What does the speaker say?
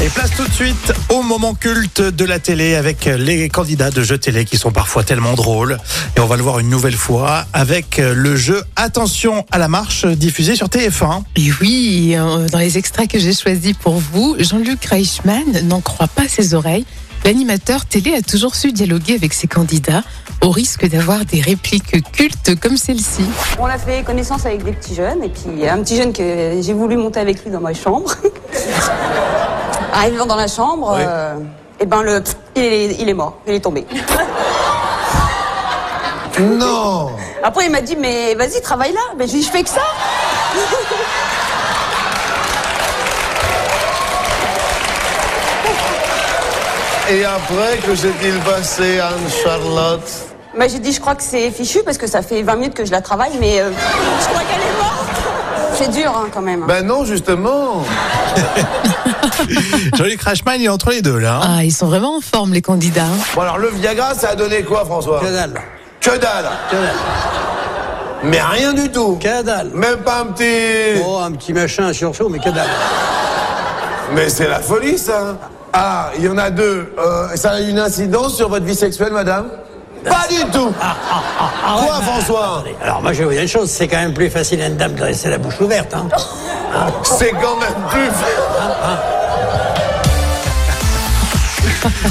Et place tout de suite au moment culte de la télé avec les candidats de jeux télé qui sont parfois tellement drôles. Et on va le voir une nouvelle fois avec le jeu Attention à la marche diffusé sur TF1. Et oui, euh, dans les extraits que j'ai choisis pour vous, Jean-Luc Reichmann n'en croit pas ses oreilles. L'animateur télé a toujours su dialoguer avec ses candidats au risque d'avoir des répliques cultes comme celle-ci. On l'a fait connaissance avec des petits jeunes, et puis il y a un petit jeune que j'ai voulu monter avec lui dans ma chambre. Arrivant dans la chambre, euh, et ben le pff, il est, il est mort, il est tombé. Non Après il m'a dit mais vas-y travaille là, mais j'ai dit je fais que ça. Et après, que s'est-il passé, Anne-Charlotte Moi j'ai dit je crois que c'est fichu parce que ça fait 20 minutes que je la travaille, mais euh, je crois qu'elle est morte. C'est dur hein, quand même. Ben non, justement. Jean-Luc Reichmann, il est entre les deux là. hein. Ah, ils sont vraiment en forme, les candidats. hein. Bon, alors, le Viagra, ça a donné quoi, François Que dalle, Que dalle que dalle, Mais rien du tout que dalle. Même pas un petit... Oh, un petit machin, un sursaut, mais que dalle. Mais c'est la folie, ça Ah, il y en a deux. Euh, ça a une incidence sur votre vie sexuelle, madame Pas du tout Ah, Quoi, François Attendez, Alors, moi, je vais vous dire une chose, c'est quand même plus facile à une dame de laisser la bouche ouverte. Hein. C'est quand même plus...